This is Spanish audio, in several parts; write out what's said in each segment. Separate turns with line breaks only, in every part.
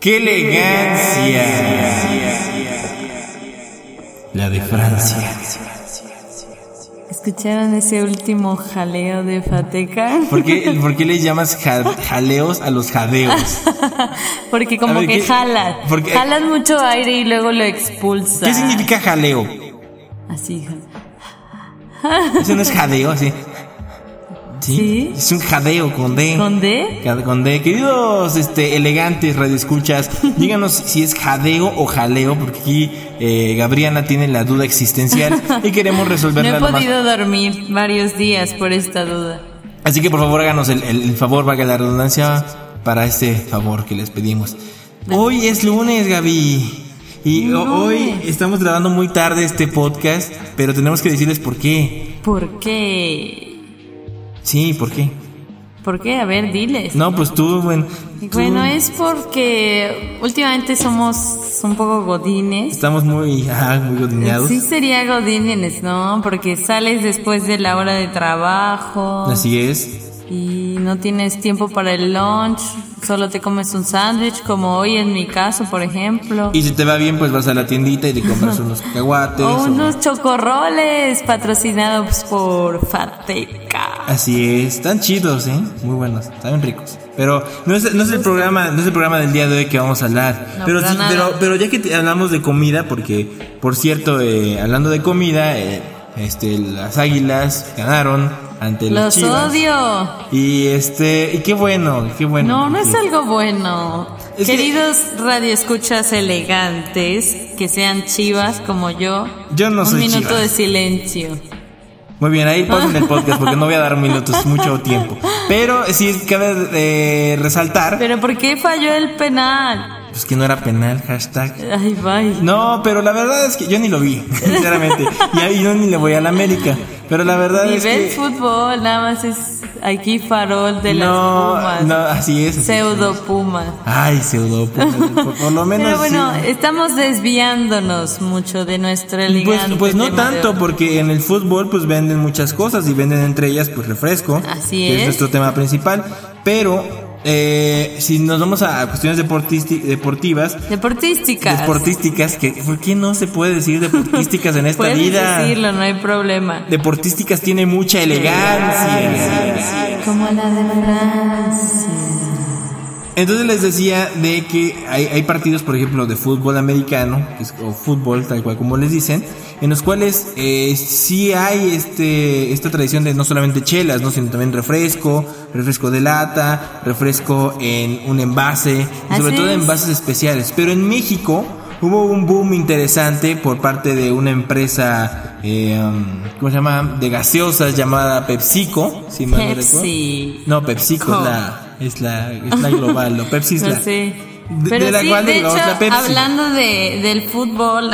¡Qué elegancia! La de Francia.
¿Escucharon ese último jaleo de Fateca?
¿Por qué, por qué le llamas ja- jaleos a los jadeos?
Porque como
A ver,
que
¿qué-
jalan.
por qué-
Jalan mucho aire y luego lo expulsan.
¿Qué significa jaleo?
Así. ja-
Eso no es jadeo, sí.
¿Sí?
Es un jadeo con D.
¿Con D?
Ca- Con D. Queridos este, elegantes radioescuchas, díganos si es jadeo o jaleo, porque aquí eh, Gabriela tiene la duda existencial y queremos
No
resolverla
he
lo más
podido dormir varios días por esta duda.
Así que por favor háganos el, el- el favor, valga la redundancia, para este favor que les pedimos. Hoy es lunes, Gaby. Y ho- hoy estamos grabando muy tarde este podcast, pero tenemos que decirles por qué.
¿Por qué?
Sí, por qué.
¿Por qué? A ver, diles.
No, pues tú, bueno,
Bueno, es porque últimamente somos un poco godines.
estamos muy, ah, muy godineados.
Sí sería godines, ¿no? Porque sales después de la hora de trabajo.
Así es.
y no tienes tiempo para el lunch, solo te comes un sándwich, como hoy en mi caso, por ejemplo.
Y si te va bien, pues vas a la tiendita y te compras unos cacahuates.
o
o-
unos chocorroles patrocinados por Fateca.
Así es, están chidos, ¿eh? Muy buenos, saben ricos. Pero no es, no es el programa, no es el programa del día de hoy que vamos a hablar.
No,
pero,
para
sí-
nada.
pero, pero ya que te- hablamos de comida, porque por cierto, eh, hablando de comida, eh, este, las águilas ganaron ante
Los
los chivas.
odio.
Y este, y qué bueno, qué bueno.
No, no es
porque-
algo bueno.
Es que-
Queridos radioescuchas elegantes, que sean chivas como yo.
Yo no
Un
soy
minuto
chiva.
de silencio.
Muy bien, ahí pasen el podcast porque no voy a dar minutos, mucho tiempo. Pero sí cabe eh, resaltar
Pero ¿por qué falló el penal?
pues, que no era penal, hashtag.
Ay, bye.
No, pero la verdad es que yo ni lo vi, sinceramente. Y ahí yo ni le voy a la América. Pero la verdad
Ni
es
ves
que.
fútbol, nada más es aquí farol de las
No,
pumas.
no, así es. así es.
Pseudo puma.
Ay, pseudo. Por, por- por lo menos.
Pero bueno,
sí.
estamos desviándonos mucho de nuestra liga.
Pues, pues no tanto, porque en el fútbol pues venden muchas cosas y venden entre ellas pues refresco,
Así
que es
es.
nuestro tema principal, pero eh, si nos vamos a cuestiones deportisti- deportivas,
Deportísticas.
deportísticas, que ¿por qué no se puede decir deportísticas en esta
Puedes
vida?
decirlo, no hay problema.
Deportísticas tiene mucha elegancia.
Como la de Francia.
Entonces les decía de que hay, hay partidos, por ejemplo, de fútbol americano, que es- o fútbol tal cual como les dicen, en los cuales eh, sí hay este esta tradición de no solamente chelas, ¿no? sino también refresco, refresco de lata, refresco en un envase, y sobre
Así
todo en
es.
envases especiales. Pero en México hubo un boom interesante por parte de una empresa, eh, um, ¿cómo se llama? De gaseosas llamada PepsiCo, si mal no recuerdo.
Pepsi.
No, PepsiCo
Oh.
es la es la, es la global, lo Pepsi es
No
la.
sé.
de-
Pero
de la
sí,
cual
de hecho,
derivamos la Pepsi.
hablando de, del fútbol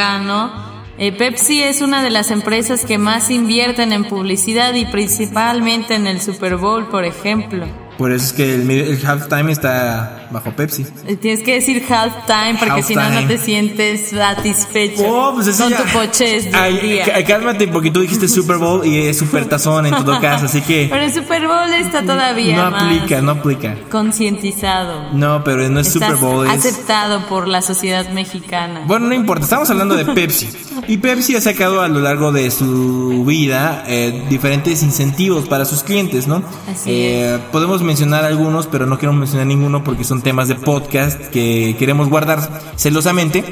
americano, eh, Pepsi es una de las empresas que más invierten en publicidad y principalmente en el Super Bowl, por ejemplo.
Por eso es que el, mid- el halftime está bajo Pepsi.
Eh, Tienes que decir halftime porque si no, no
Halftime.
te sientes satisfecho
Oh, pues eso
con
ya-
tu pochés del
Ay,
día.
cá- Cálmate porque tú dijiste Super Bowl y es Super Tazón en todo caso, así que
Pero el Super Bowl está todavía
no
más
aplica, no aplica.
concientizado.
No, pero no es
Estás
Super Bowl. es-
aceptado por la sociedad mexicana.
Bueno, no importa, estamos hablando de Pepsi. Y Pepsi ha sacado a lo largo de su vida eh, diferentes incentivos para sus clientes, ¿no?
Así
Eh, Podemos mencionar algunos, pero no quiero mencionar ninguno porque son temas de podcast que queremos guardar celosamente.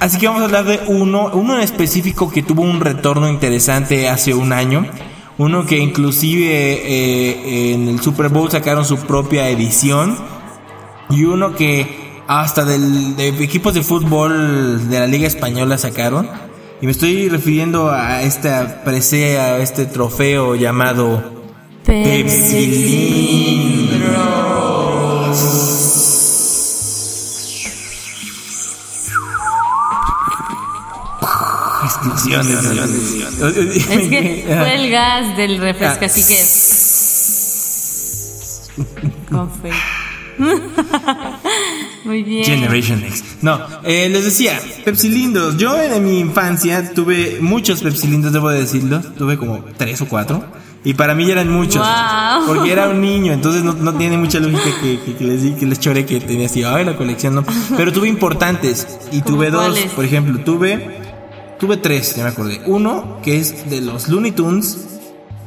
Así que vamos a hablar de uno, uno en específico que tuvo un retorno interesante hace un año. Uno que inclusive eh, en el Super Bowl sacaron su propia edición y uno que hasta del, de equipos de fútbol de la Liga Española sacaron. Y me estoy refiriendo a esta presea, a este trofeo eh, llamado Pepsilindros. Dicciones.
Es que fue el gas del refresco, así que. Confeti. Muy bien.
Generation X. No, eh, les decía, Pepsilindos. Yo en mi infancia tuve muchos Pepsilindos, debo decirlo. Tuve como tres o cuatro. Y para mí ya eran muchos.
Wow.
Porque era un niño, entonces no, no tiene mucha lógica que, que- que les, di- que les chore que tenía así, ay, la colección no. Pero tuve importantes. Y
¿Cómo
tuve dos,
cuáles?
por ejemplo, tuve. Tuve tres, ya me acordé. Uno, que es de los Looney Tunes.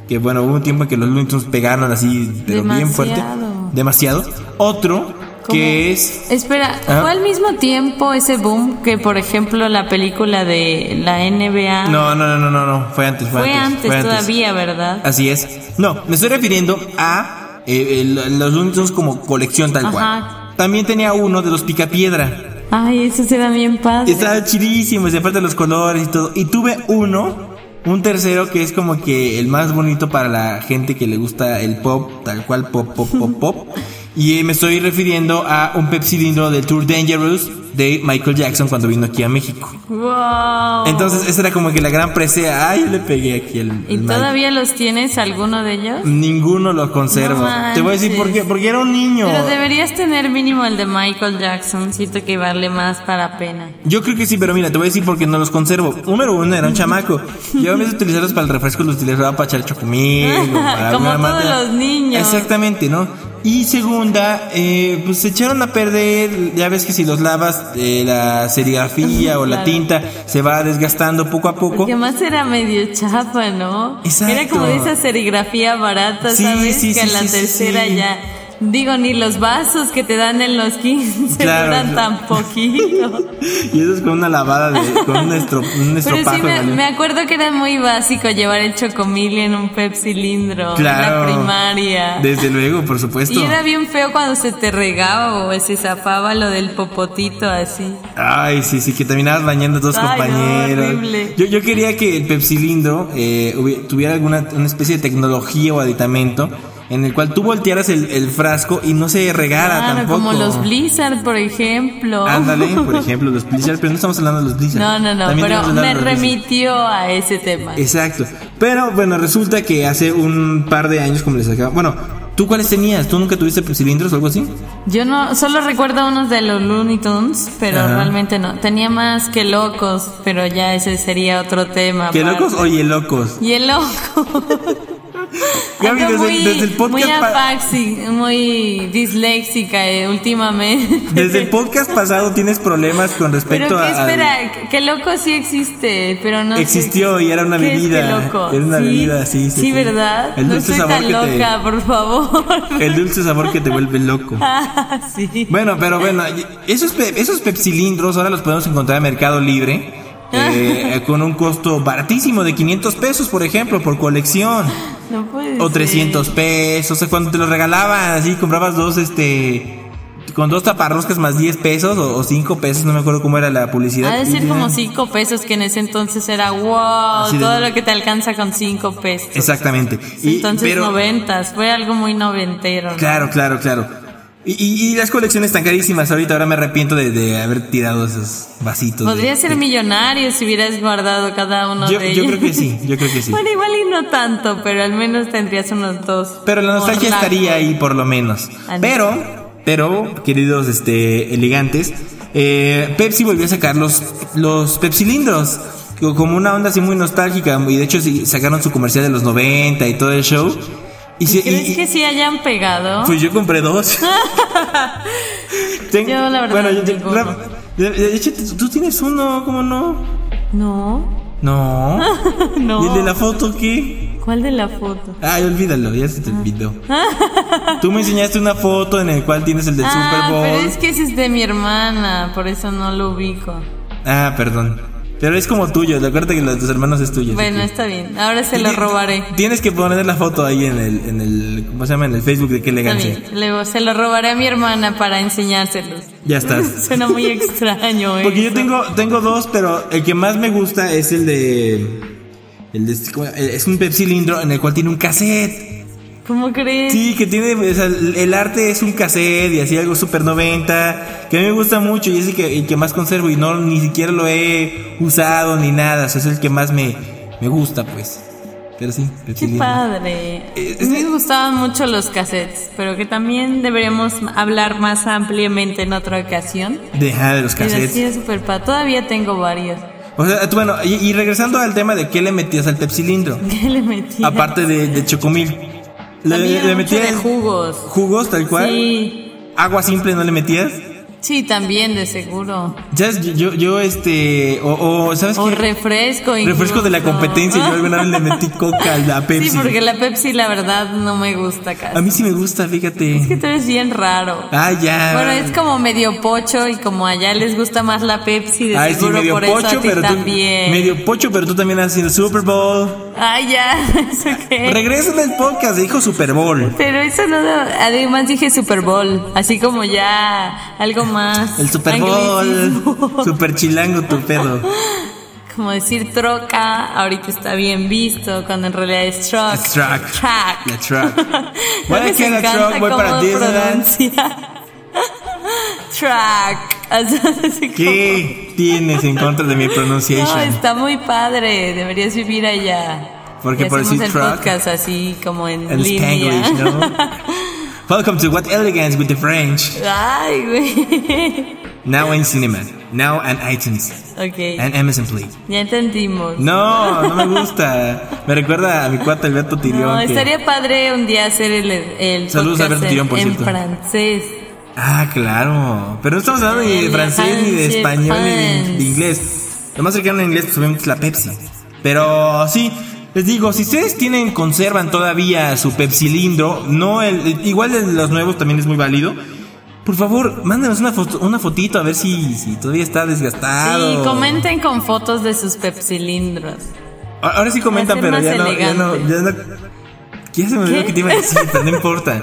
Que bueno, hubo un tiempo en que los Looney Tunes pegaron así, pero bien fuerte.
Demasiado.
Demasiado. Otro,
¿Cómo?
que es
Espera,
Ah.
¿fue al mismo tiempo ese boom que, por ejemplo, la película de la NBA?
No, no, no, no, no, no, fue antes, fue,
Ah. Fue
antes, Ah.
antes, todavía, ¿verdad?
Así es. No, me estoy refiriendo a eh, el- los Looney Tunes como colección tal
Ajá.
cual. También tenía uno de los Picapiedra.
Ay, esos eran bien padres.
Estaba chidísimo, y aparte los colores y todo. Y tuve uno, un tercero que es como que el más bonito para la gente que le gusta el pop, tal cual, pop, pop, pop, pop. Y eh, me estoy refiriendo a un pepsilindro del Tour Dangerous de Michael Jackson cuando vino aquí a México.
Wow.
Entonces, esa era como que la gran presea. Ay, le pegué aquí el.
Oh. ¿Y
el Mike.
todavía los tienes alguno de ellos?
Ninguno lo
No
conservo.
manches.
Te voy a decir por qué. Porque era un niño.
Pero deberías tener mínimo el de Michael Jackson, siento que vale más para pena.
Yo creo que sí, pero mira, te voy a decir por qué no los conservo. Número uno, era un chamaco. Yo en vez de utilizarlos para el refresco, los utilizaba para echar chocomil. o para
Como
alguna
todos
materia.
los niños.
Exactamente, ¿no? Y segunda, eh, pues se echaron a perder. Ya ves que si los lavas, eh, la serigrafía o la
Claro.
tinta se va desgastando poco a poco.
Porque más era medio chapa, ¿no?
Exacto.
Era como de esa serigrafía barata,
Sí,
¿sabes?
sí, sí,
que a la
sí, sí,
tercera
sí.
ya. Digo, ni los vasos que te dan en los 15
Claro,
duran
no.
tan poquito.
Y eso es con una lavada, de, con un, estro- un
Pero
estropajo.
sí, me,
¿vale?
me acuerdo que era muy básico llevar el chocomil en un pepsilindro
Claro.
en la primaria.
Desde luego, por supuesto.
Y era bien feo cuando se te regaba o se zapaba lo del popotito así.
Ay, sí, sí, que terminabas bañando a dos
Ay, no,
compañeros.
horrible.
yo, yo quería que el pepsilindro eh, hubi- tuviera alguna una especie de tecnología o aditamento en el cual tú voltearas el, el frasco y no se regara
Claro,
tampoco.
Ah, como los Blizzard, por ejemplo.
Ándale, por ejemplo, los blizzard, pero no estamos hablando de los blizzard.
No, no, no,
También
pero
tenemos que
me
hablar de los Blizzard.
remitió a ese tema.
Exacto. Pero bueno, resulta que hace un par de años, como les acabo. Bueno, ¿tú cuáles tenías? ¿Tú nunca tuviste cilindros o algo así?
Yo no, solo recuerdo unos de los Looney Tunes, pero
Ajá.
realmente no. Tenía más que locos, pero ya ese sería otro tema.
¿Qué
aparte.
locos? Oye, locos.
Y el loco.
Gaby,
Ando
desde-
muy,
desde el podcast
muy
pa-
afaxi, muy disléxica eh, últimamente.
Desde el podcast pasado tienes problemas con
Pero
respecto
que
a. al-
espera, que loco sí existe, pero no sé-
Existió y era una
¿Qué es
bebida.
Qué loco?
Era una
sí,
bebida, sí, sí,
Sí,
sí.
¿verdad?
El
no
dulce
estoy
sabor
tan
que te-
loca, por favor.
El dulce sabor que te vuelve loco.
Ah, sí.
Bueno, pero bueno, esos, pe- esos pepsilindros ahora los podemos encontrar en Mercado Libre. eh, con un costo baratísimo de 500 pesos, por ejemplo, por colección.
No puede
O
ser.
300 pesos. O sea, cuando te los regalaban, así comprabas dos, este. Con dos taparroscas más 10 pesos o, 5 pesos, no me acuerdo cómo era la publicidad.
Ha de ser
Y-
como 5 pesos, que en ese entonces era wow,
Así de-
todo lo que te alcanza con 5 pesos.
Exactamente. Y-
Entonces
pero-
noventas, fue algo muy noventero. ¿no?
Claro, claro, claro. Y, y- y las colecciones tan carísimas ahorita, ahora me arrepiento de, de haber tirado esos vasitos. de-
Podría ser
de-
millonario si hubieras guardado cada uno
Yo-
de
yo
ellos.
creo que sí, yo creo que sí.
Bueno, igual y no tanto, pero al menos tendrías unos dos.
Pero la nostalgia
Morlacos.
estaría ahí por lo menos.
Ah, no.
Pero, pero, queridos este, elegantes, eh, Pepsi volvió a sacar los, los Pepsilindros. co- Como una onda así muy nostálgica. Y de hecho sí, sacaron su comercial de los 90 y todo el show. Y, sí-
¿Crees
y-
que sí hayan pegado?
Pues yo compré dos. Ten-
Yo, la verdad,
bueno, yo-
ninguno.
rap- de, de hecho, tú- tú tienes uno, ¿cómo no?
No,
No.
no.
¿Y el de la foto qué?
¿Cuál de la foto?
Ay, olvídalo, ya se te olvidó. Tú me enseñaste una foto en el cual tienes el del
ah,
Super Bowl.
pero es que ese es de mi hermana, por eso no lo ubico.
Ah, perdón. Pero es como tuyo, acuérdate que lo de tus hermanos es tuyo. así
Bueno,
que-
está bien, ahora se lo robaré.
Tienes que poner la foto ahí en el, en el ¿cómo se llama? En el Facebook de qué
Está
elegancia.
bien, luego se lo robaré a mi hermana para enseñárselos.
Ya estás.
Suena muy extraño, ¿eh?
Porque yo tengo, tengo dos, pero el que más me gusta es el de. El de este- ¿cómo? es un pepsilindro en el cual tiene un cassette.
¿Cómo crees?
Sí, que tiene, o sea, el arte es un cassette y así algo super 90, que a mí me gusta mucho y es el que, el que más conservo y no ni siquiera lo he usado ni nada, o sea, es el que más me, me gusta, pues. Pero sí,
Qué
reptiliano.
padre.
Eh,
A mí
sí.
me gustaban mucho los cassettes, pero que también deberíamos hablar más ampliamente en otra ocasión.
Deja de los
Pero sí,
cassettes.
es súper padre. Todavía tengo varios.
O sea, tú, bueno, y, y regresando al tema de qué le metías al tepsilindro,
¿Qué le metí?
aparte de, de chocomil. Le,
También
le
mucho
metías
de jugos.
jugos tal cual.
Sí,
Agua simple no le metías.
sí, también de seguro.
¿Sabes? Yo, yo, este, o, o, ¿sabes
O
qué?
refresco.
Refresco de la
incluso.
competencia. Yo alguna vez le metí coca a la Pepsi.
Sí, porque la Pepsi la verdad no me gusta casi.
A mí sí me gusta, fíjate.
Es que tú eres bien raro.
Ah, ya.
Bueno, es como medio pocho y como allá les gusta más la Pepsi, de
Ay, sí,
seguro
medio
por
pocho,
eso a ti
pero
también.
tú, medio pocho, pero tú también has sido Super Bowl.
Ay, ya, ¿eso qué?
Regresen al podcast, dijo Super Bowl.
Pero eso no, además dije Super Bowl, así como ya algo más.
El Super
anglicismo.
Bowl. Super chilango tu pedo.
Como decir troca, ahorita está bien visto, cuando en realidad es truck.
Es truck.
Truck.
La truck.
No
Voy
les
aquí a la
encanta
truck, voy para
cómo
Disneyland.
pronuncia. Truck. O sea, así como-
¿Qué tienes en contra de mi
No,
pronunciación?
está muy padre. Deberías vivir allá.
¿Por qué
Y
por
hacemos
decir
el
truck?
podcast así como en
El
línea.
Spanglish, ¿no? Welcome to What Elegance with the French.
Ay, güey.
Now in cinema. Now on iTunes.
Ok,
And Amazon Play.
ya entendimos.
No, no me gusta. Me recuerda a mi cuata, el Beto Tirión.
No,
que-
estaría padre un día hacer el, el
Saludos a Alberto
podcast en-
Tirón, por
en
cierto.
francés.
Ah, claro. Pero no estamos hablando ni de
El
francés, ni de
Hansi
español, ni de,
Pans.
de inglés. Lo más cercano a inglés, pues obviamente es la Pepsi. Pero sí, les digo, si ustedes tienen, conservan todavía su pepsilindro, no el, igual el de los nuevos también es muy válido. Por favor, mándenos una, foto, una fotito a ver si, si todavía está desgastado.
Sí, comenten con fotos de sus pepsilindros.
A- Ahora sí comentan,
Va a ser
pero ya
más
no, ya no, ya no. Ya se me olvidó
¿Qué?
que te iba a decir, pero no importa.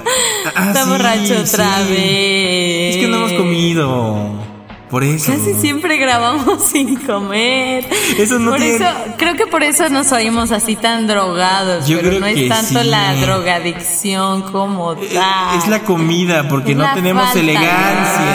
Ah,
Está
sí,
borracho otra
sí.
vez.
Es que no hemos comido. Por eso.
Casi siempre grabamos sin comer.
Eso no
por
tiene-
eso, creo que por eso nos oímos así tan drogados.
Yo
pero
creo
no es
que
tanto
sí.
la drogadicción como
Eh,
tal.
Es la comida, porque
Es
no
la
tenemos
falta.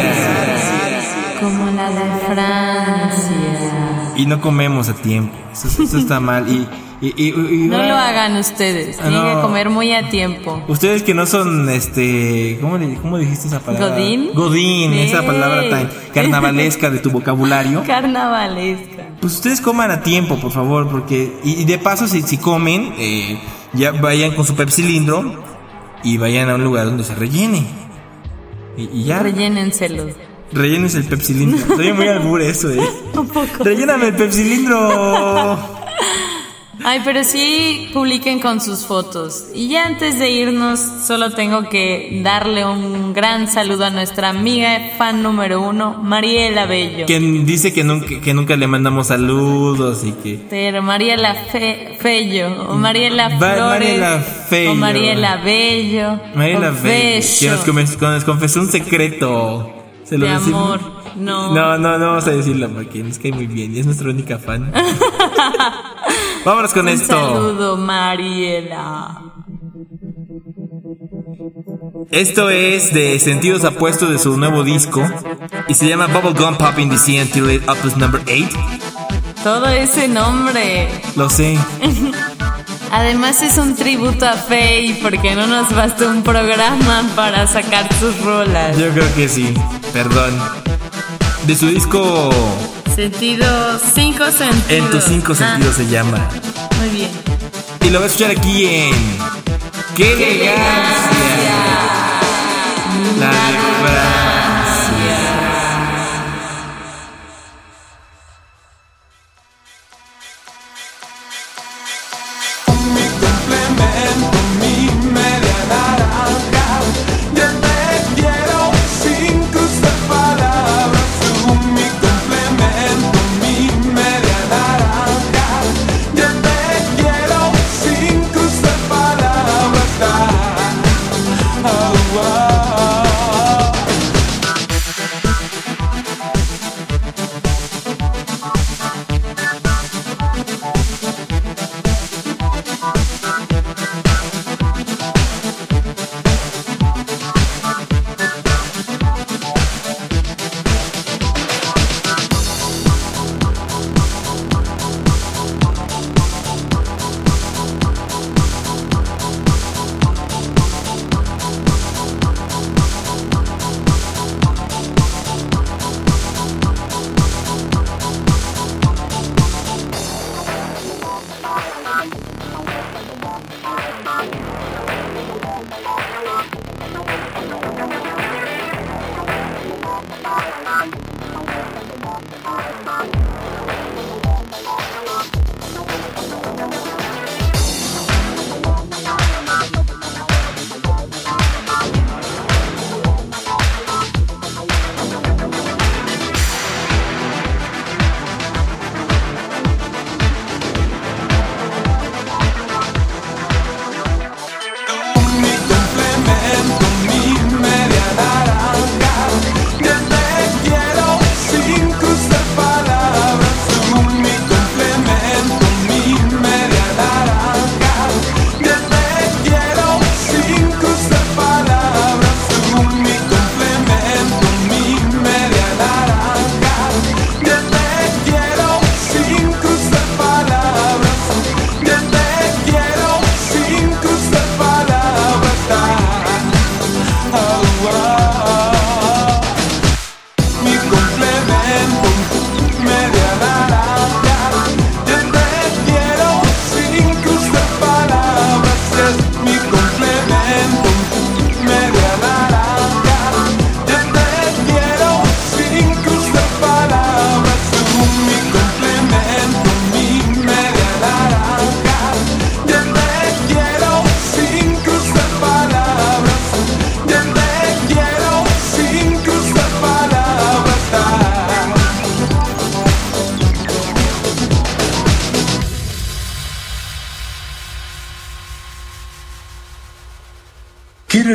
elegancia.
Como la de Francia.
Y no comemos a tiempo. Eso, eso está mal. Y, y- y- y-
No lo hagan ustedes.
Ah,
Tienen que
no.
comer muy a tiempo.
Ustedes que no son, este, ¿cómo, le- cómo dijiste esa palabra?
¿Godín?
Godín, esa
Sí.
palabra tan carnavalesca de tu vocabulario.
Carnavalesca.
Pues ustedes coman a tiempo, por favor, porque. Y, y de paso, si, si comen, eh, ya vayan con su pepsilindro y vayan a un lugar donde se rellene. Y, y ya.
Rellénenselos.
Rellenes el pepsilindro. Estoy muy albur eso, eh.
Un poco.
Relléname el pepsilindro.
Ay, pero sí publiquen con sus fotos. Y ya antes de irnos, solo tengo que darle un gran saludo a nuestra amiga fan número uno, Mariela Bello.
Quien dice que nunca, que nunca le mandamos saludos y que.
Pero Mariela Fe- Fello, o Mariela
Va-
Flores,
Mariela Fello.
o Mariela Bello,
Mariela
o
Bello, que nos,
Fello.
come- que nos confesó un secreto. Se lo
De
decimos.
amor, no.
No, no, no vamos a decirlo porque nos cae muy bien y es nuestra única fan. Vámonos con
Un
esto.
saludo, Mariela.
Esto es de Sentidos Apuestos de su nuevo disco y se llama Bubblegum Pop in the Sea Until It Opens Number 8.
Todo ese nombre.
Lo sé.
Además es un tributo a Fey porque no nos basta un programa para sacar sus rolas.
Yo creo que sí, perdón. De su disco
Sentido, cinco sentidos.
En tus cinco
Ah,
sentidos se llama.
Muy bien.
Y lo vas a escuchar aquí en ¡Qué elegancia! La de Francia.
Complemento mi media naranja. Yo te quiero sin cruzar palabras. Tú mi complemento, mi media naranja. Yo te quiero sin cruzar Oh, palabras. Ah, ah, ah.
¿Quiere